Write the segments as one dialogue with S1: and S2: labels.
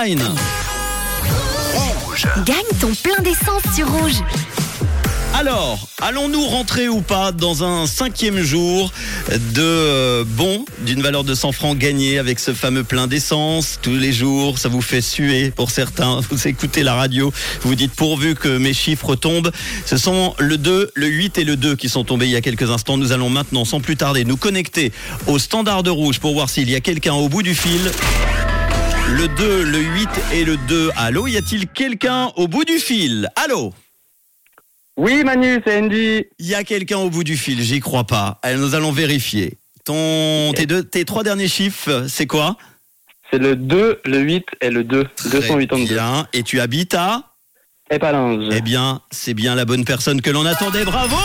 S1: Line.
S2: Gagne ton plein d'essence sur rouge.
S1: Alors, allons-nous rentrer ou pas dans un cinquième jour de euh, bon d'une valeur de 100 francs gagnée avec ce fameux plein d'essence tous les jours Ça vous fait suer pour certains. Vous écoutez la radio, vous dites pourvu que mes chiffres tombent. Ce sont le 2, le 8 et le 2 qui sont tombés il y a quelques instants. Nous allons maintenant, sans plus tarder, nous connecter au standard de rouge pour voir s'il y a quelqu'un au bout du fil. Le 2, le 8 et le 2. Allô, y a-t-il quelqu'un au bout du fil Allô
S3: Oui, Manu, c'est Andy.
S1: Il y a quelqu'un au bout du fil, j'y crois pas. Allez, nous allons vérifier. Ton, tes, deux, tes trois derniers chiffres, c'est quoi
S3: C'est le 2, le 8 et le 2. 282.
S1: Bien. Et tu habites à
S3: Et pas linge.
S1: Eh bien, c'est bien la bonne personne que l'on attendait. Bravo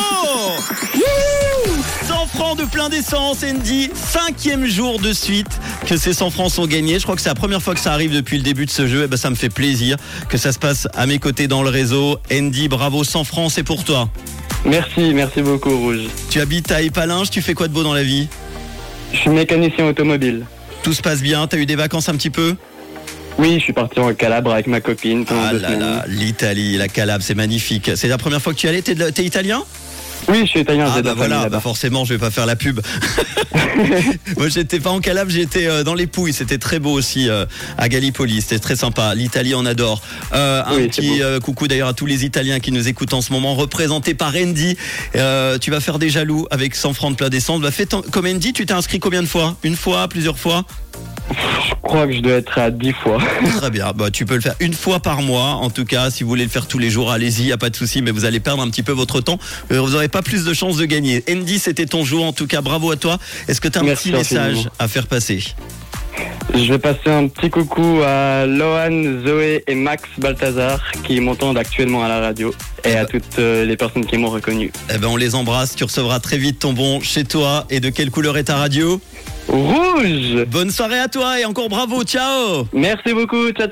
S1: 100 francs de plein d'essence, Andy. Cinquième jour de suite que ces 100 francs sont gagnés. Je crois que c'est la première fois que ça arrive depuis le début de ce jeu. Et ben, ça me fait plaisir que ça se passe à mes côtés dans le réseau. Andy, bravo, 100 francs, c'est pour toi.
S3: Merci, merci beaucoup, Rouge.
S1: Tu habites à Épalinges, tu fais quoi de beau dans la vie
S3: Je suis mécanicien automobile.
S1: Tout se passe bien, t'as eu des vacances un petit peu
S3: Oui, je suis parti en Calabre avec ma copine pendant
S1: Ah
S3: deux
S1: là
S3: semaines.
S1: là, l'Italie, la Calabre, c'est magnifique. C'est la première fois que tu y allais, t'es, de la- t'es italien
S3: Oui, je suis italien,
S1: Ah
S3: j'ai de
S1: bah
S3: la famille
S1: voilà, bah
S3: là-bas.
S1: forcément, je vais pas faire la pub. Moi, j'étais pas en Calabre, j'étais euh, dans les Pouilles. C'était très beau aussi euh, à Gallipoli, c'était très sympa. L'Italie, on adore. Euh, un
S3: Oui, c'est
S1: petit euh, coucou d'ailleurs à tous les Italiens qui nous écoutent en ce moment, représentés par Andy. Euh, tu vas faire des jaloux avec 100 francs de plein d'essence. Bah, fais ton- comme Andy, tu t'es inscrit combien de fois Une fois, plusieurs fois
S3: Je crois que je dois être à 10 fois.
S1: Très bien, bah, tu peux le faire une fois par mois. En tout cas, si vous voulez le faire tous les jours, allez-y, y a pas de souci, mais vous allez perdre un petit peu votre temps. Euh, Vous n'aurez pas plus de chances de gagner. Andy, c'était ton jour. En tout cas, bravo à toi. Est-ce que tu as un
S3: Merci
S1: petit message
S3: infiniment.
S1: à faire passer
S3: Je vais passer un petit coucou à Lohan, Zoé et Max Balthazar qui m'entendent actuellement à la radio et
S1: Bah.
S3: à toutes euh, les personnes qui m'ont reconnu.
S1: Eh ben, on les embrasse. Tu recevras très vite ton bon chez toi. Et de quelle couleur est ta radio
S3: Rouge
S1: Bonne soirée à toi et encore bravo. Ciao.
S3: Merci beaucoup, ciao ciao